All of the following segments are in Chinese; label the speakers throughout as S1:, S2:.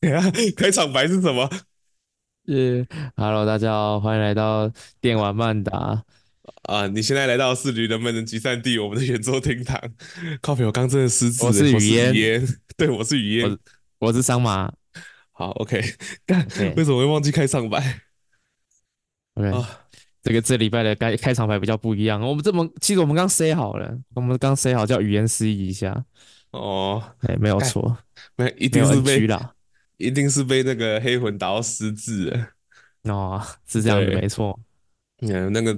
S1: 等一下 开场白是什么？
S2: 是，Hello，大家好，欢迎来到电玩曼达。
S1: 啊，你现在来到是驴人们的集散地，我们的圆桌厅堂。靠北，我刚真的失智
S2: 我
S1: 了，
S2: 是
S1: 我
S2: 雨
S1: 是语
S2: 嫣，
S1: 嫣，对，我是语
S2: 我
S1: 嫣。
S2: 是我是桑麻。
S1: 好，OK，干， 为
S2: OK
S1: 什么会忘记开场白
S2: OK，
S1: 啊？
S2: 这个这礼拜的开开场白比较不一样。我们这么其实我们刚 say 好了，我们刚 say 好叫语言司仪一下。
S1: 哦，
S2: 哎，没有
S1: 干，
S2: 错，
S1: 没有，一
S2: 没
S1: 定
S2: 有
S1: 是被，
S2: NG 啦。
S1: 一定是被那个黑魂打到失智了。
S2: 哦，是这样子，
S1: 对，
S2: 没错。
S1: 嗯，那个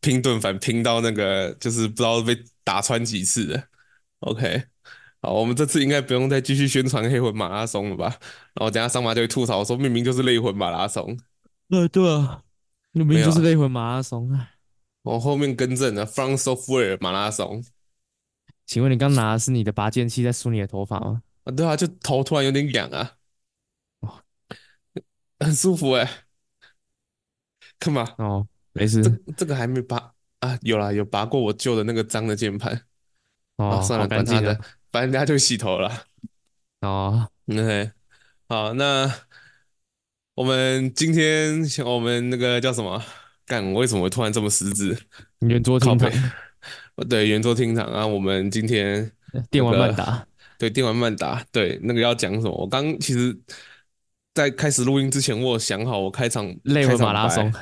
S1: 拼盾反拼到那个，就是不知道被打穿几次了。OK，好，我们这次应该不用再继续宣传黑魂马拉松了吧？然后等一下桑麻就会吐槽说，明明就是类魂马拉松，
S2: 呃，对啊，那
S1: 没
S2: 明明
S1: 有
S2: 就是
S1: 啊，
S2: 类魂马拉松啊。
S1: 我后面更正了，From Software 马拉松
S2: 请问你刚拿的是你的拔剑器在梳你的头发吗？
S1: 啊，对啊，就头突然有点痒啊，
S2: 哦
S1: 很舒服哎、干嘛？
S2: 哦，没
S1: 这
S2: 事。
S1: 这个还没拔啊，有啦，有拔过我旧的那个脏的键盘啊，
S2: 哦，
S1: 算
S2: 好
S1: 了，管
S2: 干
S1: 他
S2: 净
S1: 的，
S2: 啊。
S1: 反正他就洗头了。
S2: 哦，
S1: 对，好，那我们今天想我们那个叫什么？干，我为什么会突然这么失智？
S2: 圆桌
S1: 靠
S2: 厅
S1: 背，
S2: 堂，
S1: 对，圆桌厅堂啊，我们今天
S2: 电
S1: 那
S2: 玩曼
S1: 个
S2: 达。
S1: 对电玩曼达，对那个要讲什么？我刚其实，在开始录音之前，我有想好我开场
S2: 类
S1: 开
S2: 魂马
S1: 场
S2: 拉松，
S1: 白，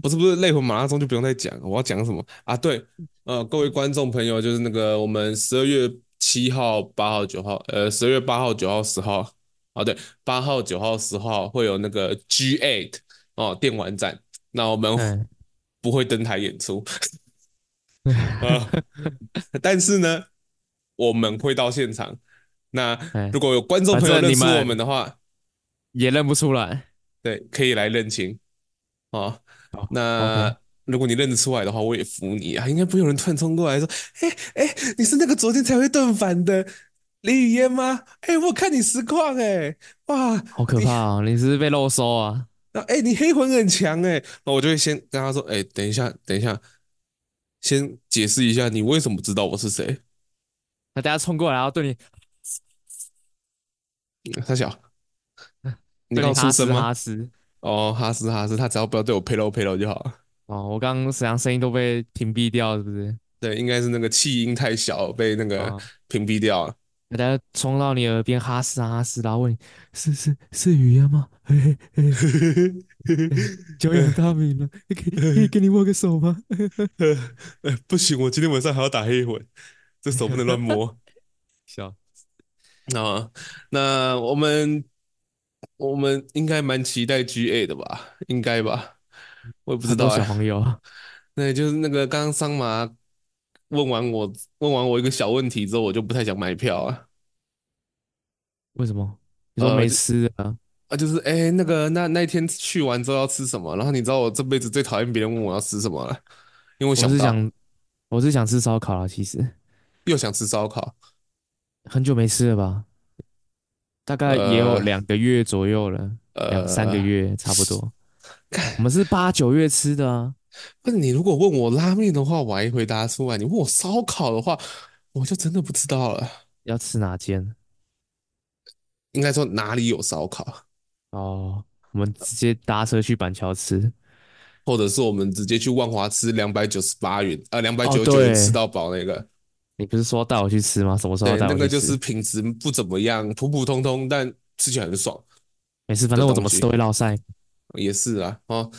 S1: 不是不是累魂马拉松就不用再讲了，我要讲什么啊？对，呃，各位观众朋友，就是那个我们十二月七号、八号、九号，呃，十二月八号、九号、十号，哦对，八号、九号、十号会有那个 G8 哦电玩展，那我们
S2: 哎，
S1: 不会登台演 出。啊，但是呢，我们会到现场。那
S2: 哎，
S1: 如果有观众
S2: 反
S1: 朋友
S2: 正
S1: 认
S2: 你
S1: 出我们
S2: 们
S1: 的话，
S2: 也认不出来。
S1: 对，可以来认亲啊。
S2: 好
S1: 那
S2: ，OK，
S1: 如果你认得出来的话，我也服你啊。应该不会有人突然冲过来说：“哎哎，你是那个昨天才会盾反的林语嫣吗？”哎，我看你实况哎，哇，
S2: 好可
S1: 你
S2: 怕哦！你是不是被漏收啊？
S1: 啊哎，你黑魂很强哎。那我就会先跟他说：“哎，等一下，等一下，先解释一下你为什么知道我是谁。”
S2: 那大家冲过来，然后对你
S1: 他 小，你
S2: 对
S1: 刚
S2: 你
S1: 有出
S2: 哈
S1: 声
S2: 斯
S1: 吗？
S2: 哈斯。
S1: 哦，哈斯哈斯，他只要不要对我配肉配肉就好了。
S2: 哦，我刚刚实际上声音都被屏蔽掉，是不是？
S1: 对，应该是那个气音太小，被那个
S2: 啊、
S1: 屏蔽掉了。
S2: 大家冲到你耳边哈斯哈斯，然后问你是是是语言吗？嘿嘿嘿嘿，久仰大名了，可以可以跟你握个 手吗？
S1: 不行，我今天晚上还要打黑魂，这手不能乱 摸。
S2: 笑，
S1: 啊，那我们我们应该蛮期待 GA 的吧？应该吧？我也不知
S2: 很
S1: 道
S2: 多小
S1: 哎、
S2: 朋友啊，
S1: 那也就是那个刚刚桑麻问完我问完我一个小问题之后，我就不太想买票啊。
S2: 为什么？你说
S1: 呃，
S2: 没
S1: 就
S2: 吃的啊？
S1: 啊，就是哎、诶那个那那一天去完之后要吃什么？然后你知道我这辈子最讨厌别人问我要吃什么了，因为我
S2: 我
S1: 想不
S2: 是
S1: 到，
S2: 想我是想吃烧烤了，其实
S1: 又想吃烧烤，
S2: 很久没吃了吧？大概也有
S1: 呃
S2: 两个月左右了，两三个
S1: 呃，
S2: 月差 不多。我们是八九月吃的啊，
S1: 不是你如果问我拉面的话，我还回答出来；你问我烧烤的话，我就真的不知道了。
S2: 要吃哪间？
S1: 应该说哪里有烧烤，
S2: 哦，我们直接搭车去板桥吃。
S1: 或者是我们直接去万华吃两百九十八元，呃，两百
S2: 哦，
S1: 九十九元吃
S2: 对，
S1: 到饱那个。
S2: 你不是说要带我去吃吗？什么时候要
S1: 对，
S2: 带
S1: 那
S2: 我
S1: 个
S2: 去
S1: 就是
S2: 吃？
S1: 品质不怎么样，普普通通，但吃起来很爽
S2: 没事，反
S1: 的
S2: 正我怎
S1: 东
S2: 么吃都
S1: 西。
S2: 会落腮。
S1: 也是啊，哦，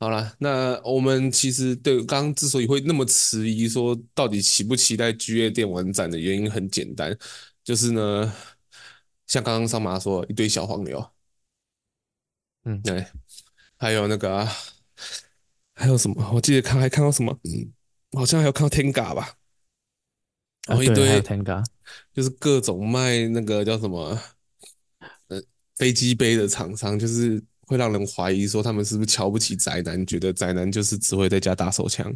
S1: 好啦，那我们其实对刚刚之所以会那么迟疑，说到底期不期待 G8 电玩展的原因很简单，就是呢，像刚刚桑麻说，一堆小黄牛，
S2: 嗯，
S1: 对，还有那个啊、还有什么？我记得看还看到什么，嗯，好像还有看到 Tenga 吧，然
S2: 啊，
S1: 后一
S2: 对，还有
S1: 堆
S2: Tenga，
S1: 就是各种卖那个叫什么， 呃，飞机杯的厂商，就是会让人怀疑说他们是不是瞧不起宅男，觉得宅男就是只会在家打手枪，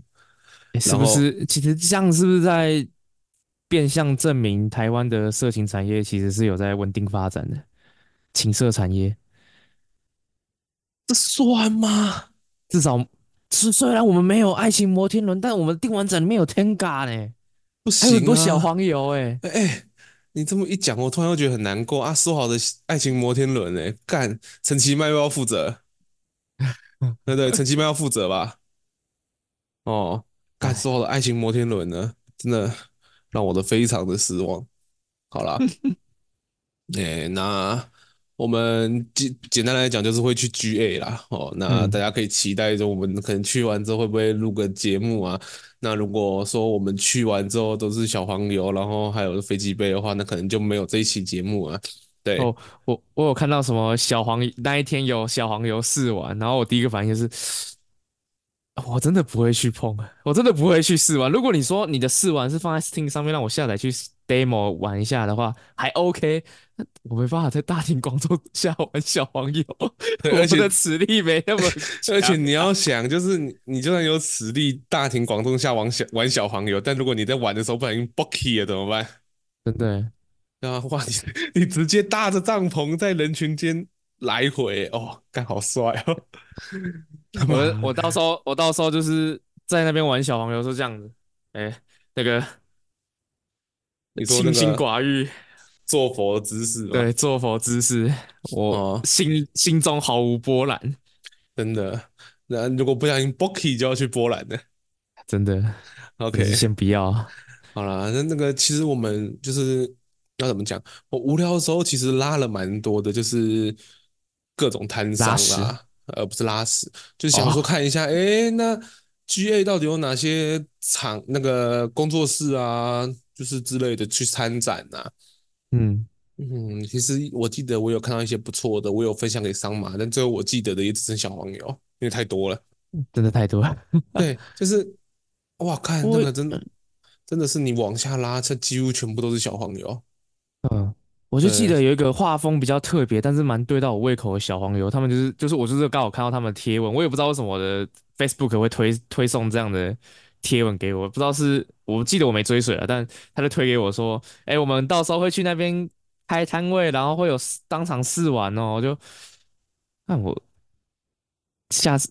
S2: 诶是
S1: 然
S2: 不
S1: 后
S2: 是？其实这样是不是在变相证明台湾的色情产业其实是有在稳定发展的？情色产业，
S1: 这算吗？
S2: 至少虽虽然我们没有爱情摩天轮，但我们电玩展里面有 Tenga 呢，
S1: 不
S2: 还有很
S1: 行
S2: 多小
S1: 啊！
S2: 黄油哎。
S1: 哎、哎你这么一讲，我突然又觉得很难过啊！说好的爱情摩天轮、欸，哎，干，陈其迈又要负 责，对对，陈其迈要负责吧？哦，干，说好的爱情摩天轮呢，真的让我的非常的失望。好 啦，哎、那我们简简单来讲就是会去 GA 啦，哦，那
S2: 嗯
S1: 大家可以期待着我们可能去完之后会不会录个节目啊？那如果说我们去完之后都是小黄油，然后还有飞机杯的话，那可能就没有这一期节目啊。对，
S2: 哦，我我有看到什么小黄那一天有小黄油试玩，然后我第一个反应就是，我真的不会去碰，啊我真的不会去试玩。如果你说你的试玩是放在 Steam 上面让我下载去 demo 玩一下的话，还 OK，那我没办法在大庭广众下玩小黄油，
S1: 对
S2: 我
S1: 而且
S2: 的实力没那么
S1: 而且
S2: 强
S1: 你要想，就是你你就算有实力大庭广众下玩小玩小黄油，但如果你在玩的时候不小心 b o k y 了怎么办？
S2: 真的。
S1: 啊，哇，你 你直接搭着帐篷在人群间来回，哦，干好帅哦！
S2: 我我到时候我到时候就是在那边玩小黄油是这样子，哎、那个
S1: 你说那
S2: 清心
S1: 个
S2: 寡欲，
S1: 做佛姿势哦嘛，
S2: 对，做佛姿势，我
S1: 哦
S2: 心心中毫无波澜，
S1: 真的。那如果不小心 b o k y 就要去波兰的。
S2: 真的，
S1: OK，
S2: 还是先不要。
S1: 好啦，那那个其实我们就是要怎么讲？我无聊的时候其实拉了蛮多的，就是各种摊商
S2: 拉屎
S1: 啦，呃，不是拉屎，就是想说
S2: 哦
S1: 看一下，诶，那 GA 到底有哪些厂那个工作室啊，就是之类的去参展啊。
S2: 嗯，
S1: 嗯，其实我记得我有看到一些不错的，我有分享给桑麻，但最后我记得的也只剩小黄油，因为太多了。
S2: 真的太多了。
S1: 对，就是哇，看
S2: 我
S1: 那个真的真的是你往下拉，这几乎全部都是小黄油。
S2: 嗯，我就记
S1: 对
S2: 得有一个画风比较特别，但是蛮对到我胃口的小黄油，他们就是就是我就是刚好看到他们的贴文，我也不知道为什么我的 Facebook 会推推送这样的贴文给我，不知道是我记得我没追随了，但他就推给我说，哎、我们到时候会去那边开摊位，然后会有试当场试玩哦，我就看我下次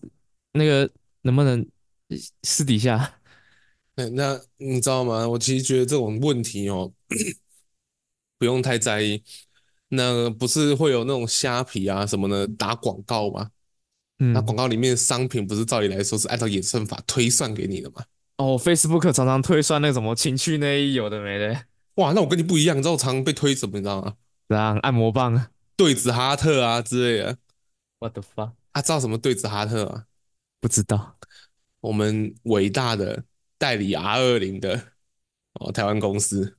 S2: 那个能不能呃私底下，
S1: 对，那你知道吗？我其实觉得这种问题哦， 不用太在意。那不是会有那种虾皮啊什么的打广告吗？那
S2: 嗯，
S1: 广告里面的商品不是照理来说是按照演算法推算给你的吗？
S2: 哦，Facebook 常常推算那个什么情趣内衣有的没的，
S1: 哇，那我跟你不一样，你知道我常常被推什么，你知道吗？
S2: 这样按摩棒。
S1: 对子哈特啊之类的，
S2: What the fuck？
S1: 啊，知道什么对子哈特啊？
S2: 不知道，
S1: 我们伟大的代理 R 二零的哦，台湾公司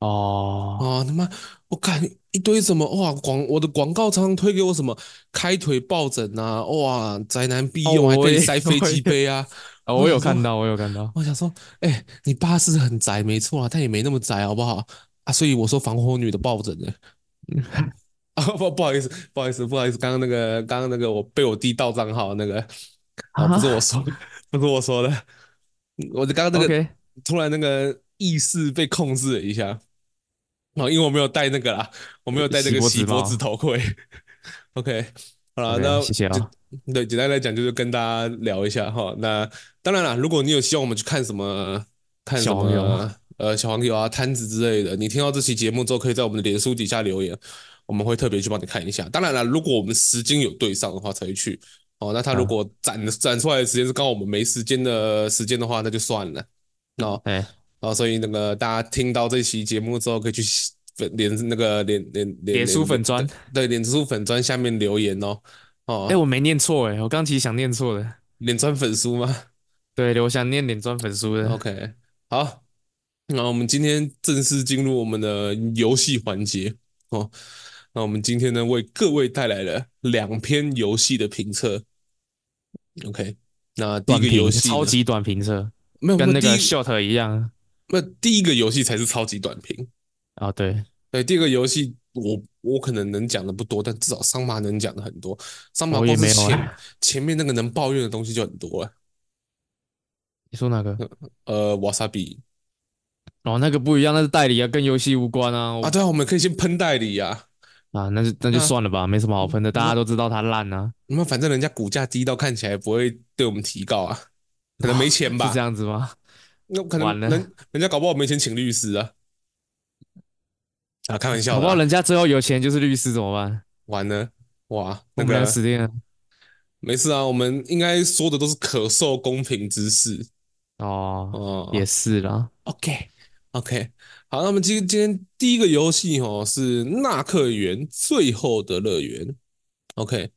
S2: 哦，
S1: 哦，他妈，我看一堆什么哇广，我的广告常常推给我什么开腿抱枕啊，哇，宅男必用，
S2: 哦
S1: 还可
S2: 我
S1: 以
S2: 也
S1: 塞飞机杯啊。
S2: 哦，我有看到，我有看到，
S1: 我想说，哎、你爸是很宅没错啊，但也没那么宅好不好啊？所以我说防火女的抱枕呢、 啊，不不好意思，不好意思，不好意思，刚刚那个，刚刚那个，我被我弟盗账号那个，啊，不是我说，不是我说的，我就刚刚那个
S2: OK，
S1: 突然那个意识被控制了一下，啊，因为我没有戴那个啦，我没有戴那个
S2: 锡
S1: 锡
S2: 箔
S1: 箔
S2: 纸
S1: 纸头盔 ，OK，好啦，
S2: OK，
S1: 那
S2: 谢谢啊
S1: 就对，简单来讲就是跟大家聊一下哈，那当然啦，如果你有希望我们去看什么，看什
S2: 小黄油
S1: 么，呃，小黄油啊、摊子之类的，你听到这期节目之后，可以在我们的脸书底下留言。我们会特别去帮你看一下。当然了，如果我们时间有对上的话才会去。哦，那
S2: 啊
S1: 他如果展展出来的时间是刚好我们没时间的时间的话，那就算了。哦
S2: 哎、
S1: 哦，所以那个大家听到这期节目之后，可以去粉脸那个脸脸脸
S2: 脸书粉专，
S1: 对脸书粉专下面留言哦。哦，
S2: 哎、我没念错，哎，我刚其实想念错的，
S1: 脸专粉书 吗
S2: 对，我想念脸砖粉书的，
S1: ？OK，好，那我们今天正式进入我们的游戏环节哦。那我们今天呢，为各位带来了两篇游戏的评测。OK，那第一
S2: 短
S1: 个游
S2: 评，
S1: 戏呢
S2: 超级短 评测，
S1: 没有
S2: 跟那个
S1: 第一
S2: Short 一样，
S1: 那第一个游戏才是超级短评。
S2: 哦，对，
S1: 对，第二个游戏我我可能能讲的不多，但至少桑麻能讲的很多。桑麻
S2: 我也
S1: 光是
S2: 没有啊
S1: 前前面那个能抱怨的东西就很多了。
S2: 你说哪个？
S1: 呃，Wasabi
S2: 哦，那个不一样，那是代理啊，跟游戏无关啊，我
S1: 啊，对啊，我们可以先喷代理啊。
S2: 啊，那就那就
S1: 那
S2: 算了吧，没什么好
S1: 嗯
S2: 喷的，大家都知道它烂啊，
S1: 那么反正人家股价低到看起来不会对我们提告啊，可能没钱
S2: 是
S1: 吧
S2: 这？样子吗？
S1: 那可
S2: 完
S1: 能
S2: 了
S1: 人人家搞不好没钱请律师啊。啊，开玩笑
S2: 搞
S1: 的
S2: 不好
S1: 啊、
S2: 人家最后有钱就是律师怎么办？
S1: 完了，哇，
S2: 我
S1: 那
S2: 们俩
S1: 个啊
S2: 死定了。
S1: 没事啊，我们应该说的都是可受公平之事
S2: 哦，
S1: 哦。
S2: 也是啦。
S1: OK OK，好，那么今今天第一个游戏哦是《纳克园最后的乐园》。OK，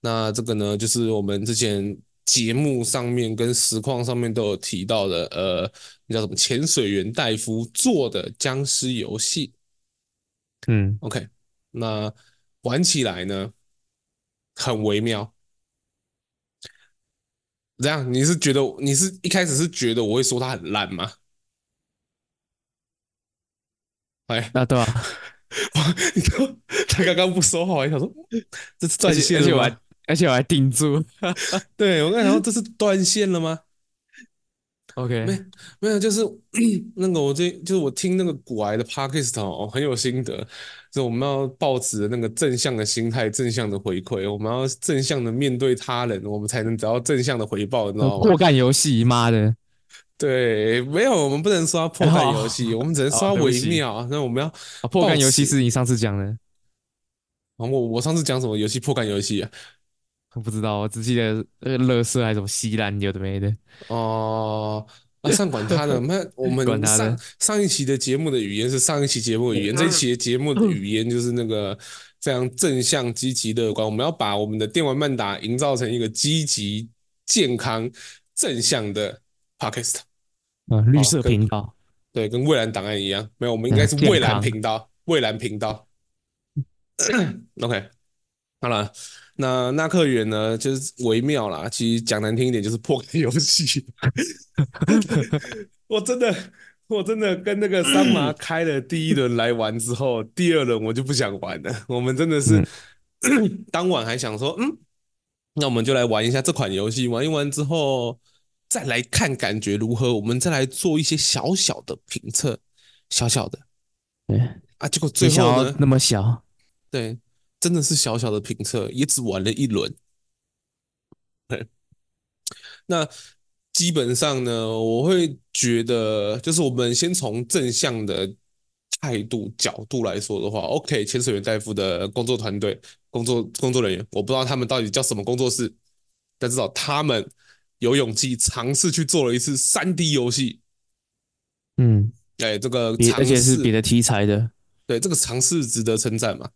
S1: 那这个呢就是我们之前节目上面跟实况上面都有提到的，呃，那叫什么潜水员戴夫做的僵尸游戏。
S2: 嗯，
S1: OK，那玩起来呢很微妙。怎样？你是觉得你是一开始是觉得我会说它很烂吗？哎，
S2: 那对啊，
S1: 你看他刚刚不说话，我还想说嗯这是断线
S2: 而且
S1: 了
S2: 我
S1: 吗
S2: 还？而且我还定住。
S1: 对，我刚才想说这是断线了吗？没
S2: OK，
S1: 没有，就是 那个我最就是我听那个古癌的 podcast 哦，很有心得，就是我们要抱持那个正向的心态，正向的回馈，我们要正向的面对他人，我们才能得到正向的回报，你知道吗
S2: 嗯破？干游戏，妈的，
S1: 对，没有，我们不能说它破坏游 戏，
S2: 哦
S1: 我们只能说它
S2: 哦对不
S1: 微
S2: 起
S1: 妙。那我们要
S2: 啊破干游戏
S1: 抱持
S2: 是你上次讲的，
S1: 啊我我上次讲什么游戏破干游戏啊？
S2: 我不知道，我只记得呃，乐色还是什么稀烂有的没的，
S1: 哦， 啊，上管他的，那我
S2: 管
S1: 们
S2: 他
S1: 上
S2: 的。嗯
S1: 上一期的节目的语言是上一期节目的语言，这一期的节目的语言就是那个非常正向、积极、乐观。我们要把我们的电玩曼达营造成一个积极、健康、正向的 podcast，
S2: 嗯，绿
S1: 哦
S2: 色
S1: 跟
S2: 频道，
S1: 对，跟蔚蓝档案一样。没有，我们应该
S2: 嗯，
S1: 是蔚
S2: 健
S1: 蓝
S2: 康，
S1: 频道，蔚蓝频 道。OK，好了，那纳克园呢，就是微妙啦。其实讲难听一点，就是破格游 戏。 我真的， 我真的跟那个
S2: 嗯
S1: 桑麻开了第一轮来玩之后，第二轮我就不想玩了。我们真的是
S2: 嗯，
S1: 当晚还想说，嗯，那我们就来玩一下这款游戏，玩一玩之后再来看感觉如何，我们再来做一些小小的评测，小小的
S2: 对，
S1: 啊。结果
S2: 哎你
S1: 最
S2: 想
S1: 后
S2: 要
S1: 呢，
S2: 那么小，
S1: 对，真的是小小的评测，也只玩了一轮。那基本上呢，我会觉得，就是我们先从正向的态度、角度来说的话，OK，潜水员大夫的工作团队、工作工作人员，我不知道他们到底叫什么工作室，但至少他们有勇气尝试去做了一次 3D 游戏。
S2: 嗯，
S1: 哎，这个
S2: 别，而
S1: 尝
S2: 且是别
S1: 试，
S2: 的题材的，
S1: 对，这个尝试值得称赞嘛。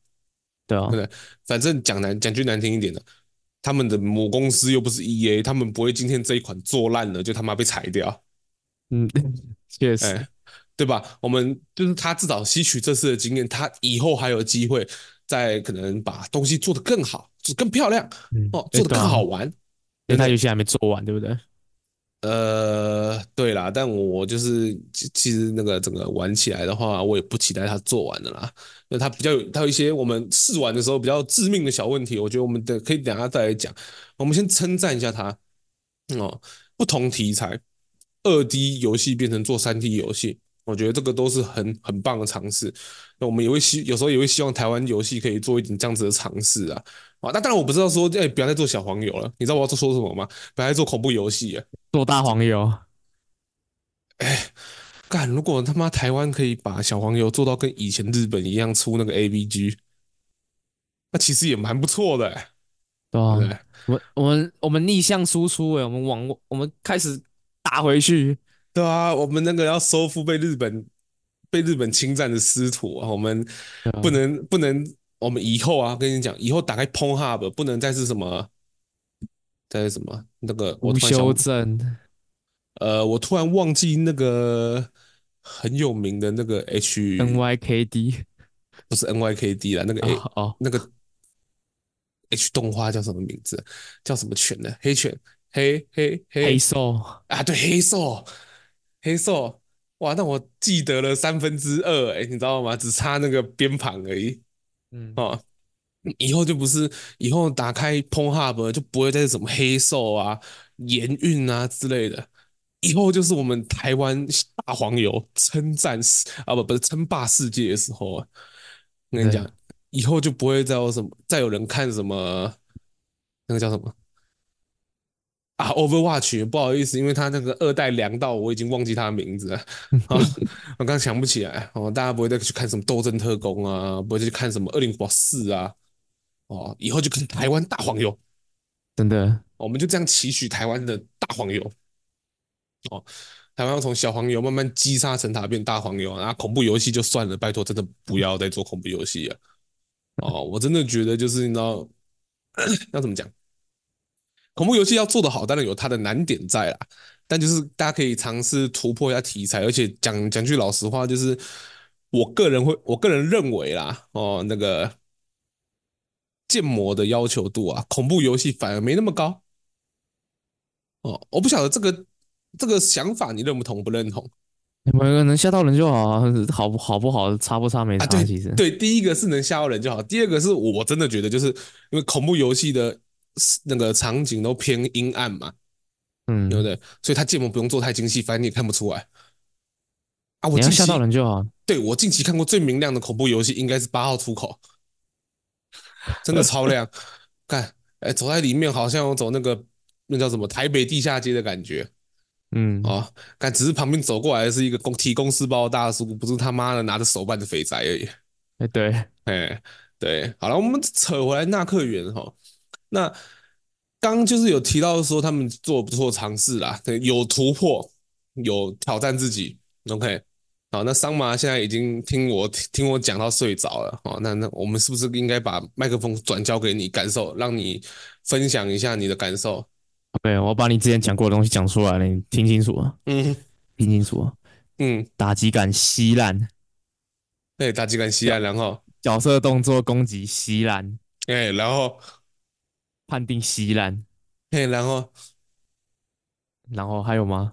S2: 对啊，
S1: 对不对？反正讲难讲句难听一点的，他们的母公司又不是 EA，他们不会今天这一款做烂了就他妈被裁 掉，
S2: 嗯，确实，
S1: 哎，对吧？我们就是他至少吸取这次的经验，他以后还有机会再可能把东西做得更好，做得更漂亮
S2: 嗯，
S1: 哦，
S2: 哎，
S1: 做得
S2: 对
S1: 更
S2: 啊，
S1: 好玩，
S2: 因
S1: 对
S2: 为
S1: 不
S2: 他游
S1: 对？
S2: 戏还没做完，对不对？
S1: 呃，对啦，但我就是其其实那个整个玩起来的话，我也不期待它做完的啦，因为它比较有它有一些我们试玩的时候比较致命的小问题，我觉得我们等可以等一下再来讲。我们先称赞一下它哦，不同题材，二 D 游戏变成做三 D 游戏，我觉得这个都是很很棒的尝试。那我们也会希有时候也会希望台湾游戏可以做一点这样子的尝试啊啊！那当然我不知道说哎、不要再做小黄油了，你知道我要说什么吗？不要再做恐怖游戏了。
S2: 做大黄油，
S1: 干，如果他妈台湾可以把小黄油做到跟以前日本一样出那个 AVG，那其实也蛮不错的、欸，
S2: 对
S1: 对不
S2: 啊
S1: 对？，
S2: 我们我们我们逆向输出，哎，我们往我们开始打回去，
S1: 对啊，我们那个要收复被日本被日本侵占的失土啊，我们
S2: 对
S1: 不
S2: 啊，
S1: 能不能，我们以后啊，跟你讲，以后打开 Pornhub 不能再是什么，再是什么那个，我
S2: 无
S1: 突然想
S2: 修
S1: 不，
S2: 正，
S1: 呃，我突然忘记那个很有名的那个 H
S2: NYKD
S1: 不是 NYKD 啦，那个 A
S2: 哦哦，
S1: 那个 H 动画叫什么名字？叫什么犬呢？黑犬，黑黑
S2: 黑
S1: 黑
S2: 兽，
S1: 啊，对，黑兽，黑兽，哇，那我记得了三分之二，哎，你知道吗？只差那个边旁而已
S2: 嗯，
S1: 哦。以后就不是，以后打开 Pornhub 就不会再是什么黑兽啊、盐运啊之类的，以后就是我们台湾大黄油称赞世啊不不是称霸世界的时候啊，我跟你
S2: 对，
S1: 讲，以后就不会再有什么再有人看什么那个叫什么啊，Overwatch，不好意思，因为他那个二代凉到我已经忘记他的名字了，啊，我刚想不起来哦。大家不会再去看什么《斗争特工》啊，不会去看什么《恶灵古堡四》啊，哦，以后就看台湾大黄油，
S2: 真的，
S1: 哦我们就这样期许台湾的大黄油哦。台湾要从小黄油慢慢击杀成它变大黄油，啊，恐怖游戏就算了，拜托，真的不要再做恐怖游戏了。哦，我真的觉得就是你知道 要怎么讲，恐怖游戏要做得好，当然有它的难点在啦，但就是大家可以尝试突破一下题材，而且讲讲句老实话，就是我个人会，我个人认为啦，哦，那个建模的要求度啊，恐怖游戏反而没那么高。哦，我不晓得这个这个想法你认不同不认同？
S2: 每个能吓到人就好啊，好不好不好，差不差没
S1: 啊，
S2: 差，
S1: 对
S2: 其实
S1: 对，第一个是能吓到人就好，第二个是我真的觉得，就是因为恐怖游戏的那个场景都偏阴暗嘛，
S2: 嗯，
S1: 对不对？所以它建模不用做太精细，反正你也看不出来。啊，我
S2: 你要
S1: 近
S2: 吓
S1: 期
S2: 到人就好，
S1: 对我近期看过最明亮的恐怖游戏应该是八号出口，真的超亮。 看，哎，走在里面好像有走那个那叫什么台北地下街的感觉
S2: 嗯，
S1: 哦，看，只是旁边走过来的是一个公提公司包的大叔，不是他妈的拿着手办的肥宅而已。
S2: 哎对，
S1: 哎，对，好了，我们扯回来纳克园哈。那刚就是有提到说他们做不错尝试啦，对，有突破，有挑战自己。OK，好，那桑麻现在已经听我听我讲到睡着了哦。那那我们是不是应该把麦克风转交给你，感受，让你分享一下你的感受？
S2: 对哎我把你之前讲过的东西讲出来了，你听清楚啊，
S1: 嗯
S2: 听清楚啊，
S1: 嗯，
S2: 打击感稀烂，
S1: 对，打击感西岸，然后
S2: 角色动作攻击稀烂，
S1: 哎，然后
S2: 判定稀烂，
S1: 哎，然后
S2: 然后还有吗？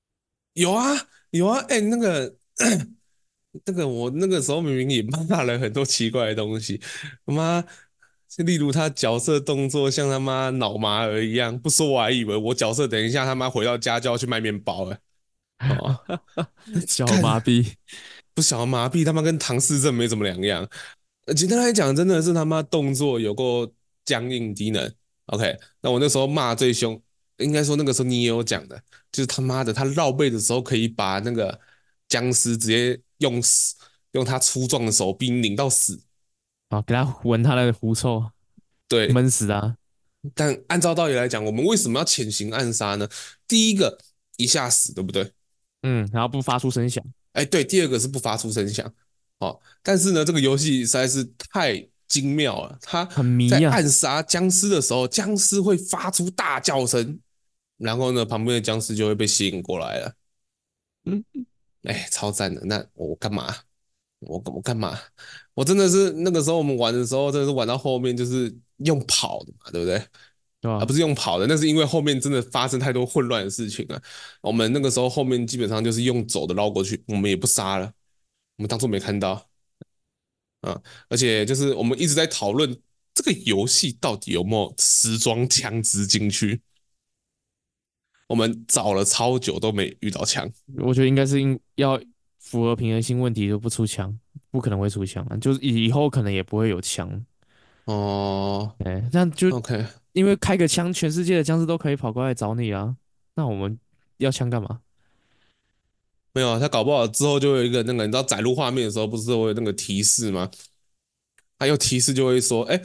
S1: 有啊有啊，哎、那个 那个我那个时候明明也骂了很多奇怪的东西，妈，例如他角色动作像他妈脑麻儿一样，不说我还以为我角色等一下他妈回到家就要去卖面包了，哦，
S2: 小
S1: 干
S2: 麻痹，
S1: 不小儿麻痹他妈跟唐氏症没什么两样，呃简单来讲真的是他妈动作有够僵硬低能。OK，那我那时候骂最凶，应该说那个时候你也有讲的，就是他妈的他绕背的时候可以把那个僵尸直接用死，用他粗壮的手臂拧到死。
S2: 好，哦给他闻他的狐臭，
S1: 对，
S2: 闷死啊他，
S1: 但按照道理来讲，我们为什么要潜行暗杀呢？第一个一下死，对不对？
S2: 嗯，然后不发出声响，
S1: 哎，对，第二个是不发出声响。哦，但是呢，这个游戏实在是太精妙了，它
S2: 很迷
S1: 在
S2: 啊，
S1: 暗杀僵尸的时候，僵尸会发出大叫声，然后呢，旁边的僵尸就会被吸引过来了。
S2: 嗯，
S1: 哎，超赞的！那我干嘛？我我干嘛？我真的是那个时候我们玩的时候，真的是玩到后面就是用跑的嘛，对不对？
S2: 对吧
S1: 啊，？不是用跑的，那是因为后面真的发生太多混乱的事情了。我们那个时候后面基本上就是用走的绕过去，我们也不杀了，我们当做没看到。啊，而且就是我们一直在讨论这个游戏到底有没有时装枪支进去。我们找了超久都没遇到枪，
S2: 我觉得应该是应要符合平衡性问题，就不出枪，不可能会出枪啊，就是以以后可能也不会有枪，
S1: 哦
S2: 哎、那就
S1: ，OK，
S2: 因为开个枪，全世界的僵尸都可以跑过来找你啊，那我们要枪干嘛？
S1: 没有，啊他搞不好之后就有一个那个，你知道载入画面的时候不是会有那个提示吗？他有提示就会说，哎，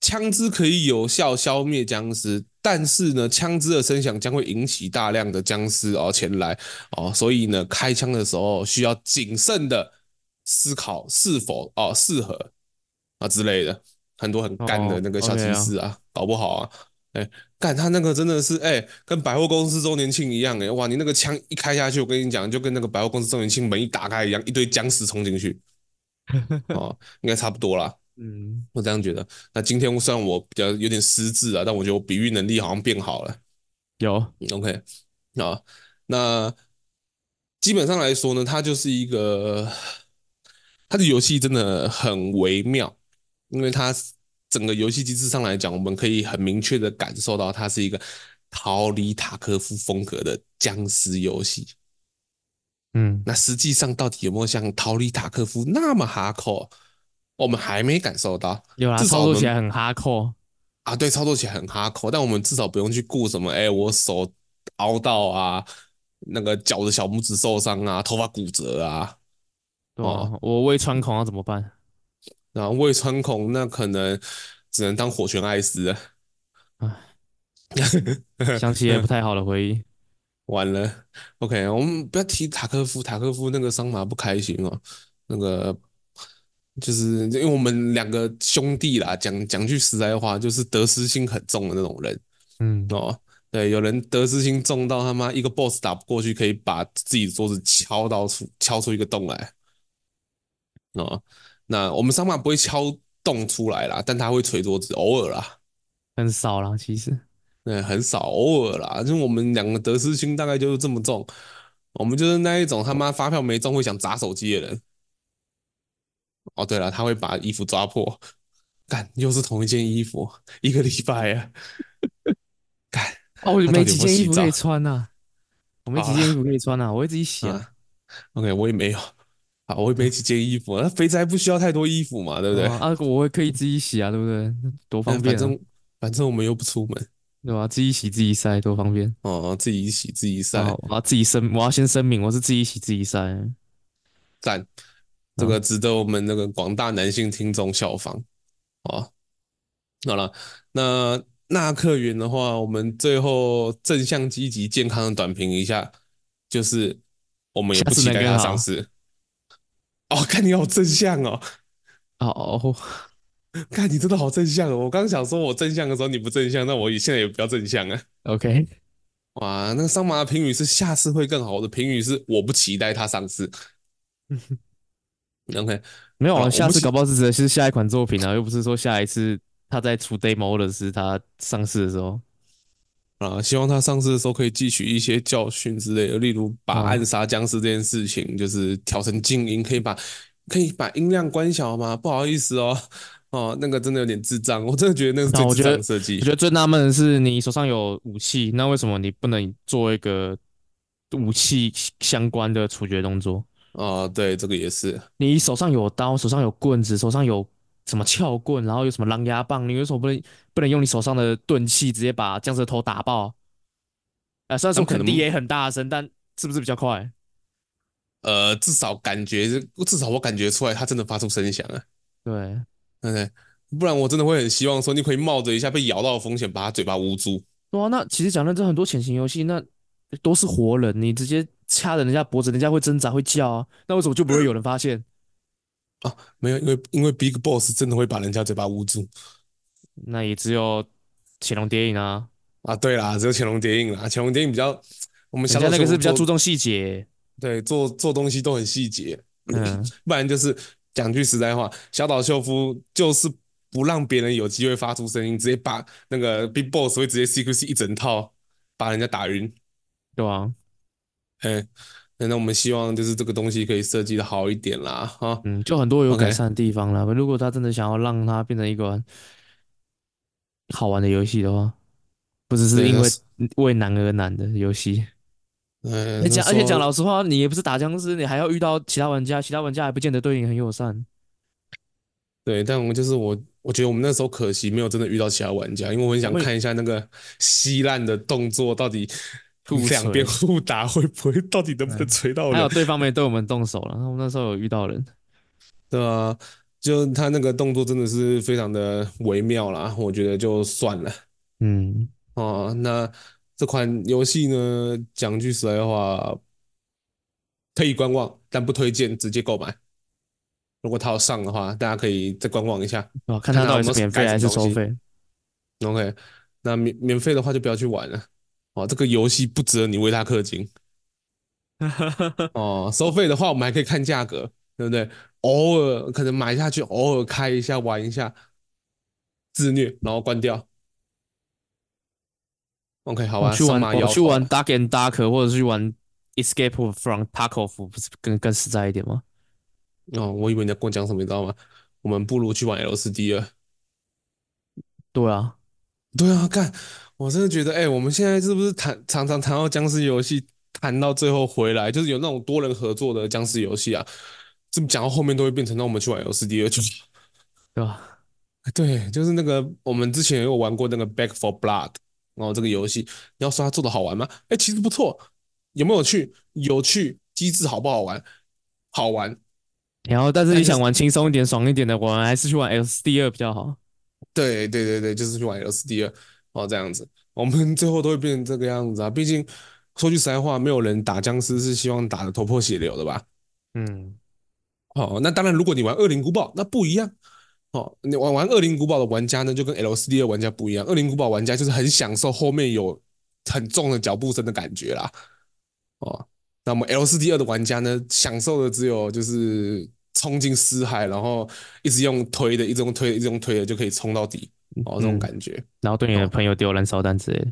S1: 枪支可以有效消灭僵尸，但是呢，枪支的声响将会引起大量的僵尸哦前来哦，所以呢，开枪的时候需要谨慎的思考是否哦适合啊之类的，很多很干的
S2: 哦
S1: 那个小
S2: ，OK
S1: 提
S2: 啊
S1: 示啊，搞不好啊，哎，干他那个真的是哎，跟百货公司周年庆一样哎，哇，你那个枪一开下去，我跟你讲，就跟那个百货公司周年庆门一打开一样，一堆僵尸冲进去哦，应该差不多啦。
S2: 嗯，
S1: 我这样觉得。那今天虽然我比较有点失智啊，但我觉得我比喻能力好像变好了。
S2: 有，
S1: OK，啊，那基本上来说呢，它就是一个，它的游戏真的很微妙，因为它整个游戏机制上来讲，我们可以很明确的感受到它是一个逃离塔科夫风格的僵尸游戏。
S2: 嗯，
S1: 那实际上到底有没有像逃离塔科夫那么哈扣？我们还没感受到，
S2: 有啦，
S1: 至少我
S2: 操作起
S1: 们
S2: 来很哈扣，
S1: 啊，对，操作起来很哈口，但我们至少不用去顾什么，哎，我手凹到啊，那个脚的小拇指受伤啊，头发骨折啊，
S2: 对吧、我胃穿孔要怎么办？
S1: 然后胃穿孔那可能只能当火拳艾斯了，
S2: 想起也不太好的回 忆。
S1: 完了。OK，我们不要提塔科夫，塔科夫那个桑马不开心哦，那个就是因为我们两个兄弟啦，讲讲句实在话，就是得失心很重的那种人。
S2: 嗯，
S1: 哦，对，有人得失心重到他妈一个 boss 打不过去，可以把自己桌子敲到出敲出一个洞来。哦，那我们上半不会敲洞出来啦，但他会捶桌子，偶尔啦，
S2: 很少啦，其实。
S1: 对，很少，偶尔啦。就是我们两个得失心大概就是这么重，我们就是那一种他妈发票没中会想砸手机的人。哦，对了，他会把衣服抓破，干，又是同一件衣服，一个礼拜啊，干。
S2: 哦，我
S1: 那到
S2: 没
S1: 底有
S2: 几
S1: 没有
S2: 件衣
S1: 洗
S2: 服可以
S1: 澡
S2: 穿呐、我没
S1: 好
S2: 几
S1: 啦
S2: 件衣服可以穿呐、我会自己洗啊。嗯
S1: 啊，OK，我也没有，啊，我也没几件衣服啊，那肥宅不需要太多衣服嘛，对不对？
S2: 啊，我会可以自己洗啊，对不对？多
S1: 但
S2: 方
S1: 反
S2: 便啊，
S1: 正反正我们又不出门，
S2: 对吧？自己洗自己晒，多方便。
S1: 哦，自己洗自己晒
S2: 啊，，我要自己声，我要先声明，我是自己洗自己晒。
S1: 赞，这
S2: 嗯
S1: 个值得我们那个广大男性听众效仿，哦，好了，那纳克园的话，我们最后正向、积极、健康的短评一下，就是我们也
S2: 下
S1: 不
S2: 次
S1: 期
S2: 能
S1: 待
S2: 更
S1: 它
S2: 好
S1: 上市。哦，看你好正向哦，
S2: 哦哦，
S1: 看你真的好正向哦！我刚想说我正向的时候你不正向，那我也现在也不要正向啊。
S2: OK，
S1: 哇，那个桑麻的评语是下次会更好，我的评语是我不期待它上市。OK，
S2: 没有
S1: 好啦我
S2: 啊，
S1: 们
S2: 下次
S1: 期
S2: 搞不好是指的是下一款作品啊，又不是说下一次它在出 demo 的是它上市的时候。
S1: 啊，希望它上市的时候可以汲取一些教训之类的，例如把
S2: 哦
S1: 暗杀僵尸这件事情就是调成静音，可以把可以把音量关小吗？不好意思哦，哦，那个真的有点智障，我真的觉得那是
S2: 那我
S1: 最智
S2: 觉
S1: 障
S2: 得
S1: 的设计
S2: 我觉。得最纳闷的是，你手上有武器，那为什么你不能做一个武器相关的处决动作？
S1: 哦，对，这个也是。
S2: 你手上有刀，手上有棍子，手上有什么撬棍，然后有什么狼牙棒，你为什么不能不能用你手上的钝器直接把僵尸的头打爆？啊、虽然
S1: 他
S2: 说
S1: 们可
S2: 肯
S1: 能
S2: 定也很大声，但是不是比较快？
S1: 呃，至少感觉，至少我感觉出来，它真的发出声响啊，
S2: 对，
S1: 对不对？不然我真的会很希望说，你可以冒着一下被咬到的风险，把它嘴巴捂住。
S2: 对啊。那其实讲认真，很多潜行游戏那都是活人，你直接掐着人家脖子，人家会挣扎会叫啊，那为什么就不会有人发现？
S1: 没有，因为因为 Big Boss 真的会把人家嘴巴捂住
S2: 那也只有潜龙谍影啊，
S1: 啊。对啦，只有潜龙谍影啦，潜龙谍影比较，我们
S2: 人
S1: 想
S2: 家
S1: 到
S2: 那个是比较注
S1: 做
S2: 重细节，
S1: 对做做东西都很细节，
S2: 嗯，
S1: 不然就是讲句实在话，小岛秀夫就是不让别人有机会发出声音，直接把那个 Big Boss 会直接 CQC 一整套把人家打晕。
S2: 对啊，
S1: 哎，那我们希望就是这个东西可以设计的好一点啦，哈，
S2: 嗯，就很多有改
S1: OK
S2: 善的地方啦。如果他真的想要让它变成一个好玩的游戏的话，不只是
S1: 对
S2: 因
S1: 那
S2: 为
S1: 是
S2: 为难而难的游戏。
S1: 嗯，
S2: 而且而且讲
S1: 了，
S2: 老实话，你也不是打僵尸，你还要遇到其他玩家，其他玩家还不见得对你很友善。
S1: 对，但我们就是我，我觉得我们那时候可惜没有真的遇到其他玩家，因为我很想看一下那个稀烂的动作到底
S2: 互锤嗯
S1: 两边互打会不会，到底能不能锤到
S2: 还有
S1: 人，
S2: 对方没对我们动手了，我们那时候有遇到 人，
S1: 对啊，就他那个动作真的是非常的微妙啦，我觉得就算了。
S2: 嗯，
S1: 哦，那这款游戏呢，讲句实在话，可以观望，但不推荐直接购买。如果它有上的话，大家可以再观望一下。
S2: 对吧？看
S1: 看
S2: 他
S1: 他
S2: 到
S1: 有没
S2: 底
S1: 有
S2: 是免
S1: 改
S2: 费
S1: 什
S2: 还
S1: 么
S2: 是
S1: 东
S2: 收
S1: 西
S2: 费。
S1: OK，那免免费的话就不要去玩了。哦，这个游戏不值得你为它氪 金。哦，收费的话我们还可以看价格，对不对？偶尔可能买下去，偶尔开一下玩一下，自虐，然后关掉。OK，好
S2: 我
S1: 吧，
S2: 去
S1: 上
S2: 玩，
S1: 马
S2: 我
S1: 摇
S2: 去
S1: 头
S2: 玩
S1: 了
S2: Dark and Dark，或者是去玩 Escape from Tarkov，不是更更实在一点吗？
S1: 哦，我以为你在跟我讲什么，你知道吗？我们不如去玩 LCD 了。
S2: 对啊，
S1: 对啊，干，我真的觉得，哎、我们现在是不是谈常常谈到僵尸游戏，谈到最后回来，就是有那种多人合作的僵尸游戏啊，这么讲到后面都会变成让我们去玩 LCD 了，就是
S2: 对吧？
S1: 对，就是那个我们之前有玩过那个《Back for Blood》，然后这个游戏，你要说它做的好玩吗？哎，其实不错，有没有趣？有趣，机制好不好玩？好玩。
S2: 然后，但是
S1: 但
S2: 你
S1: 是
S2: 想玩轻松一点、爽一点的，我们还是去玩 SD 二比较好。
S1: 对对对对，就是去玩 LSD 了，哦，这样子，我们最后都会变成这个样子啊。毕竟说句实在话，没有人打僵尸是希望打的头破血流的吧？
S2: 嗯，
S1: 哦，那当然，如果你玩《恶灵古堡》，那不一样。哦，你玩玩《恶灵古堡》的玩家呢，就跟 LSD 的玩家不一样。《恶灵古堡》玩家就是很享受后面有很重的脚步声的感觉啦。哦，那么 LSD 二的玩家呢，享受的只有就是冲进尸海，然后一直用推的，一直用推的，一直用推的就可以冲到底。哦，这种
S2: 嗯
S1: 感觉。
S2: 然后对你的朋友丢燃烧弹之类的。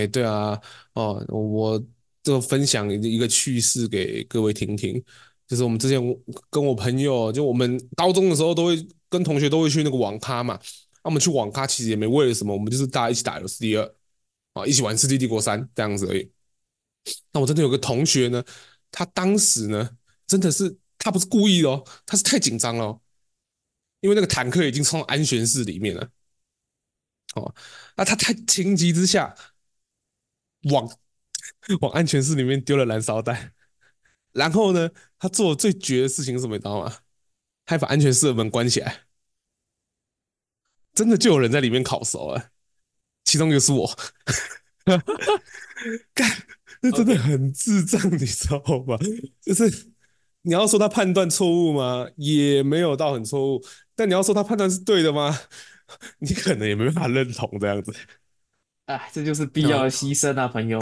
S1: 哎，对啊，哦，我我就分享一个一个趣事给各位听听，就是我们之前我跟我朋友，就我们高中的时候都会跟同学都会去那个网咖嘛，那、我们去网咖其实也没为了什么，我们就是大家一起打游戏第二，啊，一起玩《世纪帝国三》这样子而已。那我真的有个同学呢，他当时呢真的是他不是故意的哦，他是太紧张了哦因为那个坦克已经冲到安全室里面了，哦，那他太情急之下。往 往安全室里面丢了燃烧弹，然后呢，他做最绝的事情是什么，你知道吗？他还把安全室的门关起来，真的就有人在里面烤熟了，其中一个是我， 干，那真的很智障，你知道吗？就是你要说他判断错误吗？也没有到很错误，但你要说他判断是对的吗？ 你可能也没办法认同这样子。
S2: 哎，这就是必要的牺牲啊，朋友。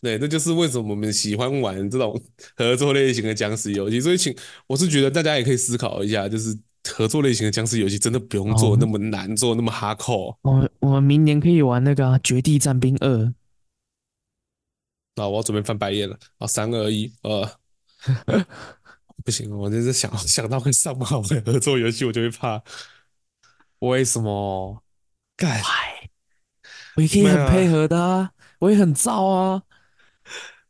S1: 对，这就是为什么我们喜欢玩这种合作类型的僵尸游戏。所以请，我是觉得大家也可以思考一下，就是合作类型的僵尸游戏真的不用做
S2: 哦
S1: 那么难，做那么哈扣
S2: 我们我们明年可以玩那个啊《绝地战兵二》，
S1: 啊！我要准备翻白眼了啊！三二一，呃， 不行，我就是想想到跟上不好的合作游戏，我就会怕。
S2: 为什么？
S1: 干，
S2: 我也可以
S1: 没
S2: 很
S1: 有啊
S2: 配合的啊，我也很燥啊。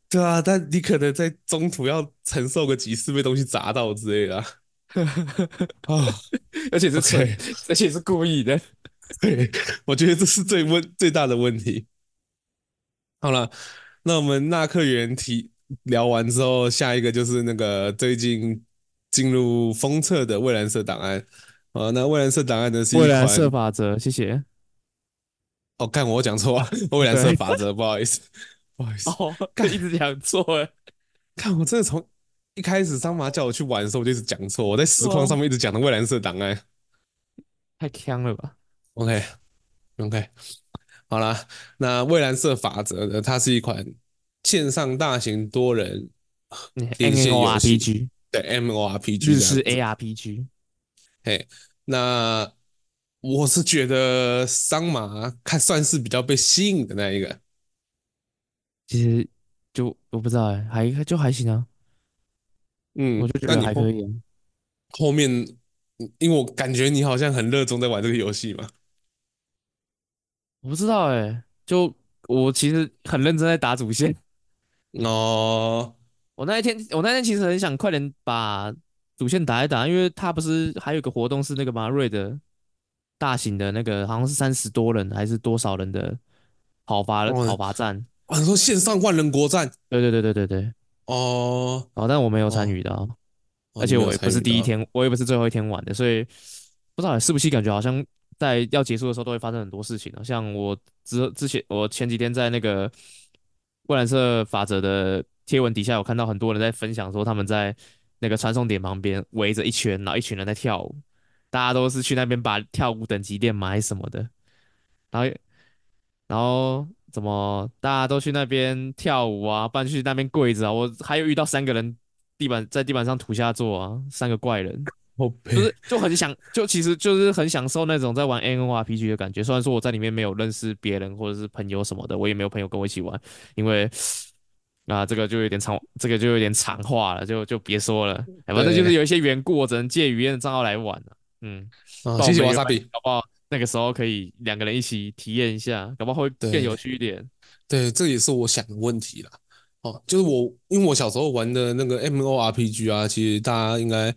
S1: 对啊，但你可能在中途要承受个几次被东西砸到之类的 啊。啊
S2: 而且是
S1: OK
S2: 蠢，而且是故意的。
S1: 对，我觉得这是最问最大的问题。好了，那我们纳克园提聊完之后，下一个就是那个最近进入封测的蔚蓝色档案。啊，那蔚蓝色档案呢是一
S2: 未
S1: 款
S2: 来设法则，谢谢。
S1: 哦，看我讲错啊，蔚蓝色
S2: 对
S1: 法则，不好意思，不好意思。
S2: 哦，一直讲错哎。
S1: 看我真的从一开始桑麻叫我去玩的时候，我就一直讲错，我在实况
S2: 哦
S1: 上面一直讲的蔚蓝色档案。
S2: 太强了吧？
S1: OK OK，好啦，那蔚蓝色法则呢？它是一款线上大型多人
S2: 你
S1: 连线游戏
S2: MMORPG
S1: 的 MORPG
S2: 日式
S1: 这样子
S2: ARPG，
S1: 嘿，那我是觉得桑麻看算是比较被吸引的那一个，
S2: 其实就我不知道哎，还就还行啊，
S1: 嗯，
S2: 我就觉
S1: 那
S2: 得
S1: 你
S2: 还
S1: 后
S2: 可以啊。
S1: 后面，嗯因为我感觉你好像很热衷在玩这个游戏嘛，
S2: 我不知道哎，就我其实很认真在打主线。
S1: 哦，
S2: 我那一天，我那天其实很想快点把主线打一打，因为它不是还有一个活动是那个马瑞的大型的那个，好像是三十多人还是多少人的讨伐
S1: 哦
S2: 讨伐战。
S1: 哦，你说线上万人国战，
S2: 对对对对对对。
S1: 哦，
S2: 哦，但我没有参
S1: 哦
S2: 与到，
S1: 哦
S2: 而
S1: 你
S2: 且
S1: 没有
S2: 我也不
S1: 参
S2: 是
S1: 与
S2: 第一
S1: 到
S2: 天，我也不是最后一天玩的，所以不知道是不是感觉好像在要结束的时候都会发生很多事情啊。像我之之前，我前几天在那个蔚蓝色法则的贴文底下，有看到很多人在分享说他们在那个传送点旁边围着一圈，然后一群人在跳舞，大家都是去那边把跳舞等级练买什么的，然后然后怎么大家都去那边跳舞啊，不然去那边跪着啊。我还有遇到三个人地板在地板上土下座啊，三个 怪人，
S1: 后
S2: 就
S1: 背。
S2: 是就很想，就其实就是很享受那种在玩 MMORPG 的感觉。虽然说我在里面没有认识别人或者是朋友什么的，我也没有朋友跟我一起玩，因为。啊，这个就有点长，这个就有点长话了，就就别说了。哎，反正就是
S1: 嗯对
S2: 有一些缘故，我只能借语言的账号来玩了、嗯，
S1: 啊，
S2: 不然
S1: 谢谢
S2: 我
S1: 瓦
S2: 们
S1: 萨
S2: 原本
S1: 比。
S2: 搞不好那个时候可以两个人一起体验一下，搞不好会更
S1: 对
S2: 有趣一点。
S1: 对，这也是我想的问题啦。哦，就是我，因为我小时候玩的那个 MORPG 啊，其实大家应该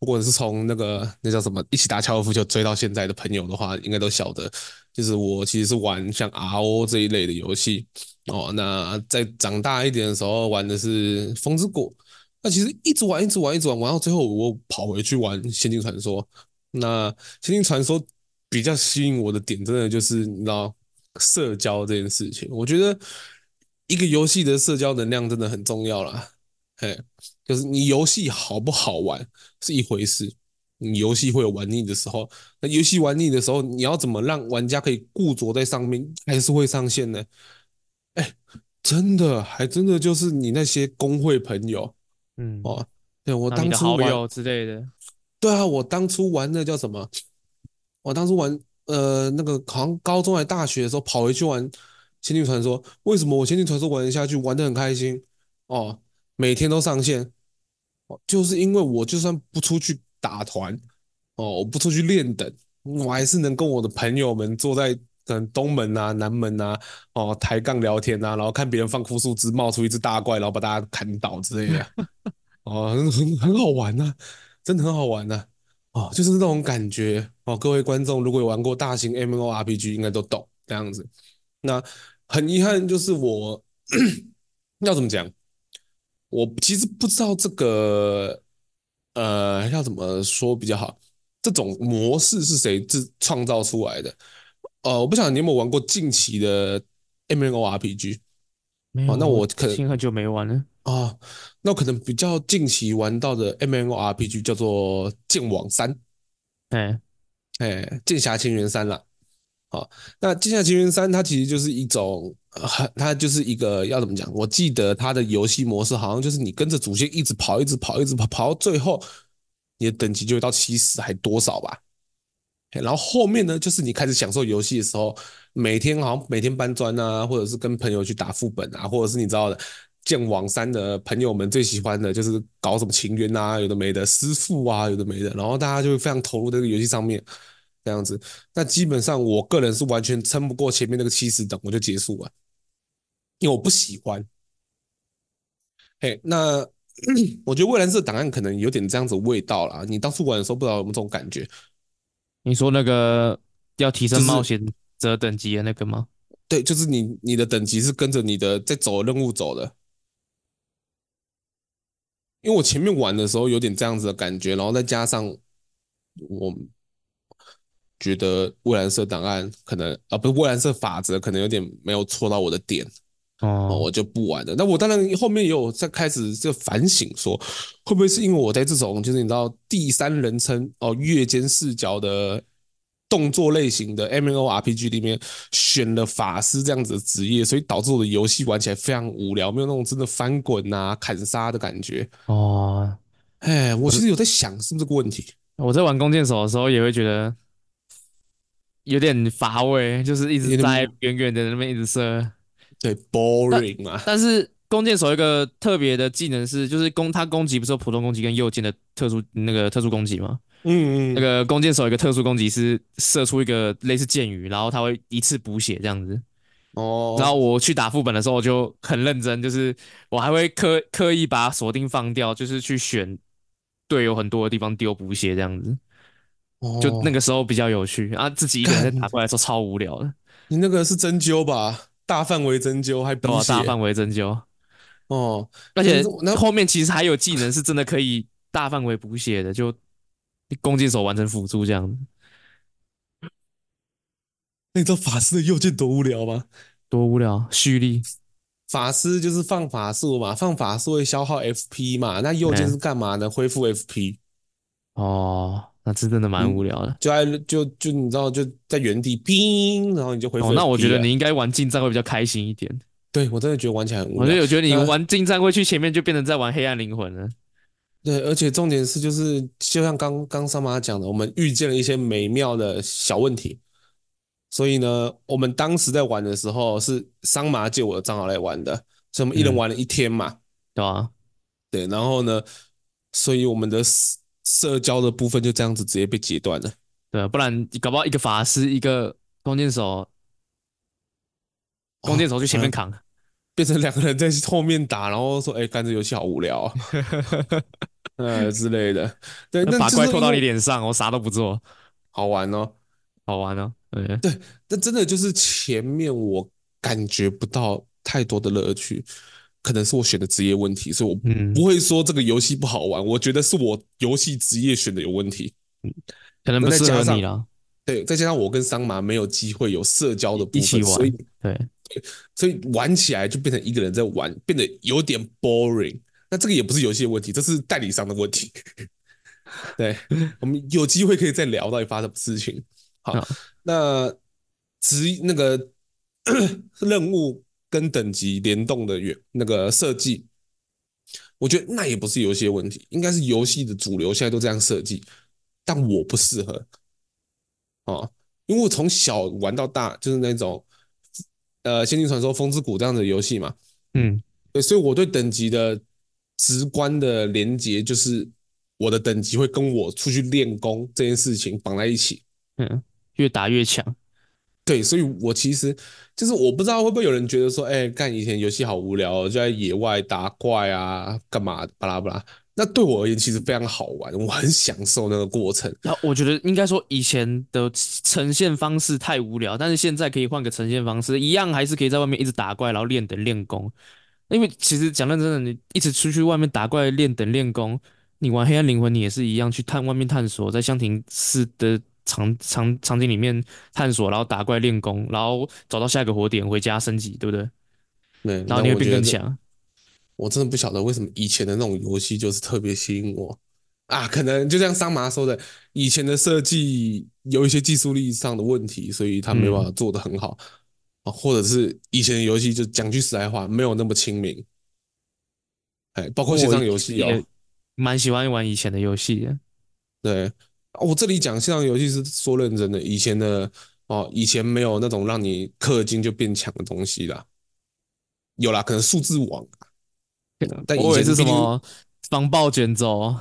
S1: 如果是从那个那叫什么一起打高尔夫球追到现在的朋友的话，应该都晓得，就是我其实是玩像 RO 这一类的游戏哦。那在长大一点的时候玩的是《风之谷》，那其实一直玩一直玩一直玩，玩到最后我跑回去玩《仙境传说》。那《仙境传说》比较吸引我的点，真的就是你知道社交这件事情，我觉得一个游戏的社交能量真的很重要啦。嘿，就是你游戏好不好玩是一回事，你游戏会有玩腻的时候，那游戏玩腻的时候，你要怎么让玩家可以固着在上面，还是会上线呢？哎，真的，还真的就是你那些工会朋友
S2: 嗯，
S1: 哦，对我
S2: 那你
S1: 当
S2: 的
S1: 初
S2: 好
S1: 玩。
S2: 友之类的，
S1: 对啊，我当初玩那叫什么？我当初玩呃那个好像高中还大学的时候跑回去玩《仙境传说》，为什么我《仙境传说》玩得下去，玩得很开心哦，每天都上线，哦，就是因为我就算不出去打团，哦，我不出去练等，我还是能跟我的朋友们坐在可能东门啊、南门啊，哦，抬杠聊天啊，然后看别人放枯树枝冒出一只大怪，然后把大家砍倒之类的。哦，很很很好玩啊呐、真的很好玩呐、哦，就是那种感觉哦。各位观众如果有玩过大型 MMORPG，应该都懂这样子。那很遗憾，就是我 要怎么讲，我其实不知道这个呃要怎么说比较好，这种模式是谁制创造出来的？呃，我不晓得你有没有玩过近期的 MMORPG
S2: 没
S1: 哦
S2: 有，
S1: 那我可
S2: 已经很久没玩了。
S1: 啊、那可能比较近期玩到的 MMORPG 叫做《剑网三》。
S2: 哎，
S1: 哎，《剑侠情缘三》啦。好，那《剑侠情缘三》它其实就是一种，呃它就是一个要怎么讲？我记得它的游戏模式好像就是你跟着主线一直跑，一直跑，一直跑，跑到最后，你的等级就会到七十还多少吧。嘿然后后面呢，就是你开始享受游戏的时候，每天好像每天搬砖啊，或者是跟朋友去打副本啊，或者是你知道的，剑网三的朋友们最喜欢的就是搞什么情缘啊，有的没的，师傅啊，有的没的，然后大家就会非常投入在这个游戏上面，这样子。那基本上我个人是完全撑不过前面那个七十等，我就结束了，因为我不喜欢。嘿，那 我觉得《蔚蓝色档案》可能有点这样子的味道啦。你当初玩的时候不知道有没有这种感觉，
S2: 你说那个要提升
S1: 就是
S2: 冒险者等级的那个吗？
S1: 对，就是你你的等级是跟着你的在走的任务走的。因为我前面玩的时候有点这样子的感觉，然后再加上我觉得蔚蓝色档案可能啊，不是蔚蓝色法则可能有点没有戳到我的点，哦，
S2: 哦，
S1: 我就不玩了。那我当然后面也有在开始就反省说，会不会是因为我在这种就是你知道第三人称哦月间视角的动作类型的 MMORPG 里面选了法师这样子的职业，所以导致我的游戏玩起来非常无聊，没有那种真的翻滚啊砍杀的感觉。
S2: 哦，
S1: 哎，我其实有在想是不是这个问题。
S2: 我在玩弓箭手的时候也会觉得有点乏味，就是一直
S1: 有点
S2: 在远远的那边一直射。
S1: 对，boring 啊，
S2: 但是弓箭手有一个特别的技能是，就是攻它攻击不是有普通攻击跟右键的特殊那个特殊攻击吗？
S1: 嗯嗯，
S2: 那个弓箭手有一个特殊攻击是射出一个类似箭雨，然后它会一次补血这样子。
S1: 哦，
S2: 然后我去打副本的时候，我就很认真，就是我还会刻刻意把锁定放掉，就是去选队友很多的地方丢补血这样子，就
S1: 哦
S2: 那个时候比较有趣啊。自己一个人在打怪的时候超无聊的，
S1: 你那个是针灸吧？大范围针灸还
S2: 对
S1: 补
S2: 吧？
S1: 血
S2: 大范围针灸，
S1: 哦，
S2: 而且
S1: 那
S2: 后面其实还有技能是真的可以大范围补血的，就弓箭手完成辅助这样子，
S1: 那你知道法师的右键多无聊吗？
S2: 多无聊，蓄力。
S1: 法师就是放法术嘛，放法术会消耗 FP 嘛，那右键
S2: 嗯
S1: 是干嘛呢？恢复 FP，
S2: 哦，那是真的蛮
S1: 嗯
S2: 无聊的。
S1: 就在就就你知道就在原地叮，然后你就恢复
S2: 哦，那我
S1: FP
S2: 觉得
S1: 了
S2: 你应该玩近战会比较开心一点。
S1: 对我真的觉得玩起来很无
S2: 我就
S1: 聊。
S2: 有觉得 你
S1: 呃
S2: 玩近战会去前面就变成在玩黑暗灵魂了。
S1: 对，而且重点是就是就像刚刚桑妈讲的，我们遇见了一些美妙的小问题，所以呢，我们当时在玩的时候是桑麻借我的账号来玩的，所以我们一人
S2: 嗯
S1: 玩了一天嘛。
S2: 对啊吧？
S1: 对，然后呢，所以我们的社社交的部分就这样子直接被截断了。
S2: 对，啊不然搞不好一个法师，一个弓箭手，弓箭手去前面
S1: 哦嗯
S2: 扛。
S1: 变成两个人在后面打，然后说：“哎、干这游戏好无聊、哦。”啊呃之类的。对，
S2: 那
S1: 那
S2: 把
S1: 就是
S2: 怪
S1: 因
S2: 扣到你
S1: 为
S2: 脸上，我啥都不做，
S1: 好玩哦。
S2: 好玩哦。对，
S1: 但真的就是前面我感觉不到太多的乐趣，可能是我选的职业问题，所以我
S2: 嗯，
S1: 不会说这个游戏不好玩，我觉得是我游戏职业选的有问题。
S2: 可能
S1: 那
S2: 不
S1: 再
S2: 适
S1: 加
S2: 合你
S1: 上
S2: 啦，
S1: 对，再加上我跟桑麻没有机会有社交的
S2: 一
S1: 部
S2: 起
S1: 分，所以
S2: 玩。对，
S1: 所以玩起来就变成一个人在玩，变得有点 boring。那这个也不是游戏的问题，这是代理商的问题。 对，我们有机会可以再聊到底发生什么事情。好，
S2: 好，
S1: 那职那个 任务跟等级联动的原那个设计，我觉得那也不是游戏的问题，应该是游戏的主流现在都这样设计，但我不适合哦，因为我从小玩到大就是那种呃《仙境传说》《风之谷》这样的游戏嘛，
S2: 嗯，
S1: 对，所以我对等级的直观的连接就是我的等级会跟我出去练功这件事情绑在一起。
S2: 嗯，越打越强。
S1: 对，所以我其实就是我不知道会不会有人觉得说，哎，干以前游戏好无聊哦，就在野外打怪啊，干嘛巴拉巴拉。那对我而言其实非常好玩，我很享受那个过程。
S2: 然后我觉得应该说以前的呈现方式太无聊，但是现在可以换个呈现方式，一样还是可以在外面一直打怪，然后练等练功。因为其实讲认真的，你一直出去外面打怪练等练功，你玩黑暗灵魂你也是一样去探外面探索，在香亭市的场场场景里面探索，然后打怪练功，然后找到下一个火点回家升级，对不对？
S1: 对，
S2: 然
S1: 那
S2: 后你会
S1: 我
S2: 变
S1: 觉得
S2: 更
S1: 这
S2: 强。
S1: 我真的不晓得为什么以前的那种游戏就是特别吸引我啊，可能就像桑麻说的，以前的设计有一些技术力上的问题，所以他没办
S2: 嗯，
S1: 法做得很好啊，或者是以前的游戏就讲句实在话，没有那么亲民，哎，包括线
S2: 我
S1: 上
S2: 也
S1: 游戏哦。
S2: 也蛮喜欢玩以前的游戏的。
S1: 对，啊我这里讲线上游戏是说认真的，以前的哦，以前没有那种让你氪金就变强的东西啦，有啦，可能数字网，但以
S2: 我以为
S1: 前
S2: 是什
S1: 毕竟
S2: 么防暴卷轴。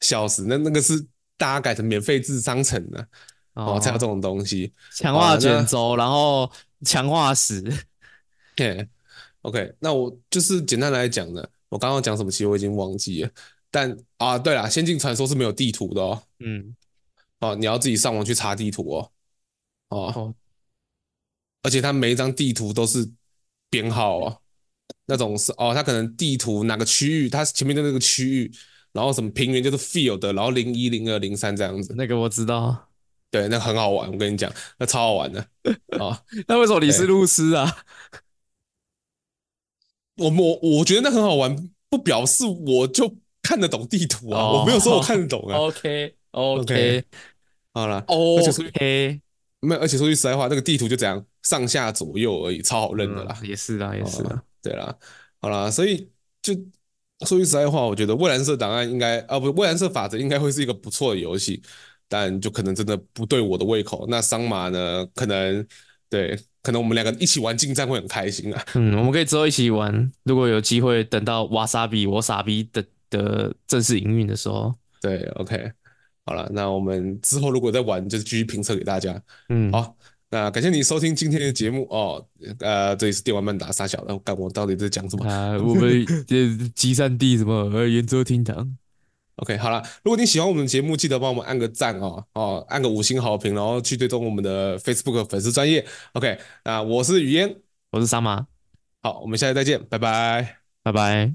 S1: 笑死，那那个是大家改成免费智商城的哦，才有这
S2: 哦，
S1: 种东西。
S2: 强
S1: 好
S2: 化
S1: 了，
S2: 卷
S1: 那
S2: 轴，然后强 化石，
S1: 嘿 OK，那我就是简单来讲呢，我刚刚讲什么其实我已经忘记了，但啊，对啦，《仙境传说》是没有地图的哦，
S2: 嗯，
S1: 哦，你要自己上网去查地图哦，哦，
S2: 哦，
S1: 而且它每一张地图都是编号哦。那种是哦，它可能地图哪个区域，它前面的那个区域，然后什么平原就是 field，然后零一、零二、零三这样子，
S2: 那个我知道。
S1: 对，那很好玩，我跟你讲，那超好玩的啊！
S2: 那为什么你是
S1: 对，
S2: 路痴啊？
S1: 我我我觉得那很好玩，不表示我就看得懂地图啊，我没有说我看
S2: 哦
S1: 得懂啊。
S2: ，OK
S1: OK，
S2: OK
S1: 好啦，而且说句
S2: OK，
S1: 没有，而且说句实在话，那个地图就这样上下左右而已，超好认的
S2: 嗯，
S1: 啦。
S2: 也是啦，也是
S1: 哦，
S2: 啦，
S1: 对啦，好啦，所以就说句实在话，我觉得蔚蓝色档案应该啊，不，蔚蓝色法则应该会是一个不错的游戏，但就可能真的不对我的胃口。那桑马呢，可能对，可能我们两个一起玩近战会很开心啊。
S2: 嗯，我们可以之后一起玩，如果有机会等到瓦萨比我傻逼的的正式营运的时候，
S1: 对，OK，好了，那我们之后如果再玩，就继续评测给大家。
S2: 嗯，
S1: 好，那感谢你收听今天的节目哦。呃，这里是电玩曼达傻小的，干我到底在讲什么
S2: 啊，我们这集散地什么呃圆桌厅堂，
S1: ？OK，好了，如果你喜欢我们的节目，记得帮我们按个赞哦，哦，按个五星好评，然后去追踪我们的 Facebook 粉丝专业。OK，那我是雨嫣，
S2: 我是沙马，
S1: 好，我们下次再见，拜拜。
S2: 拜拜。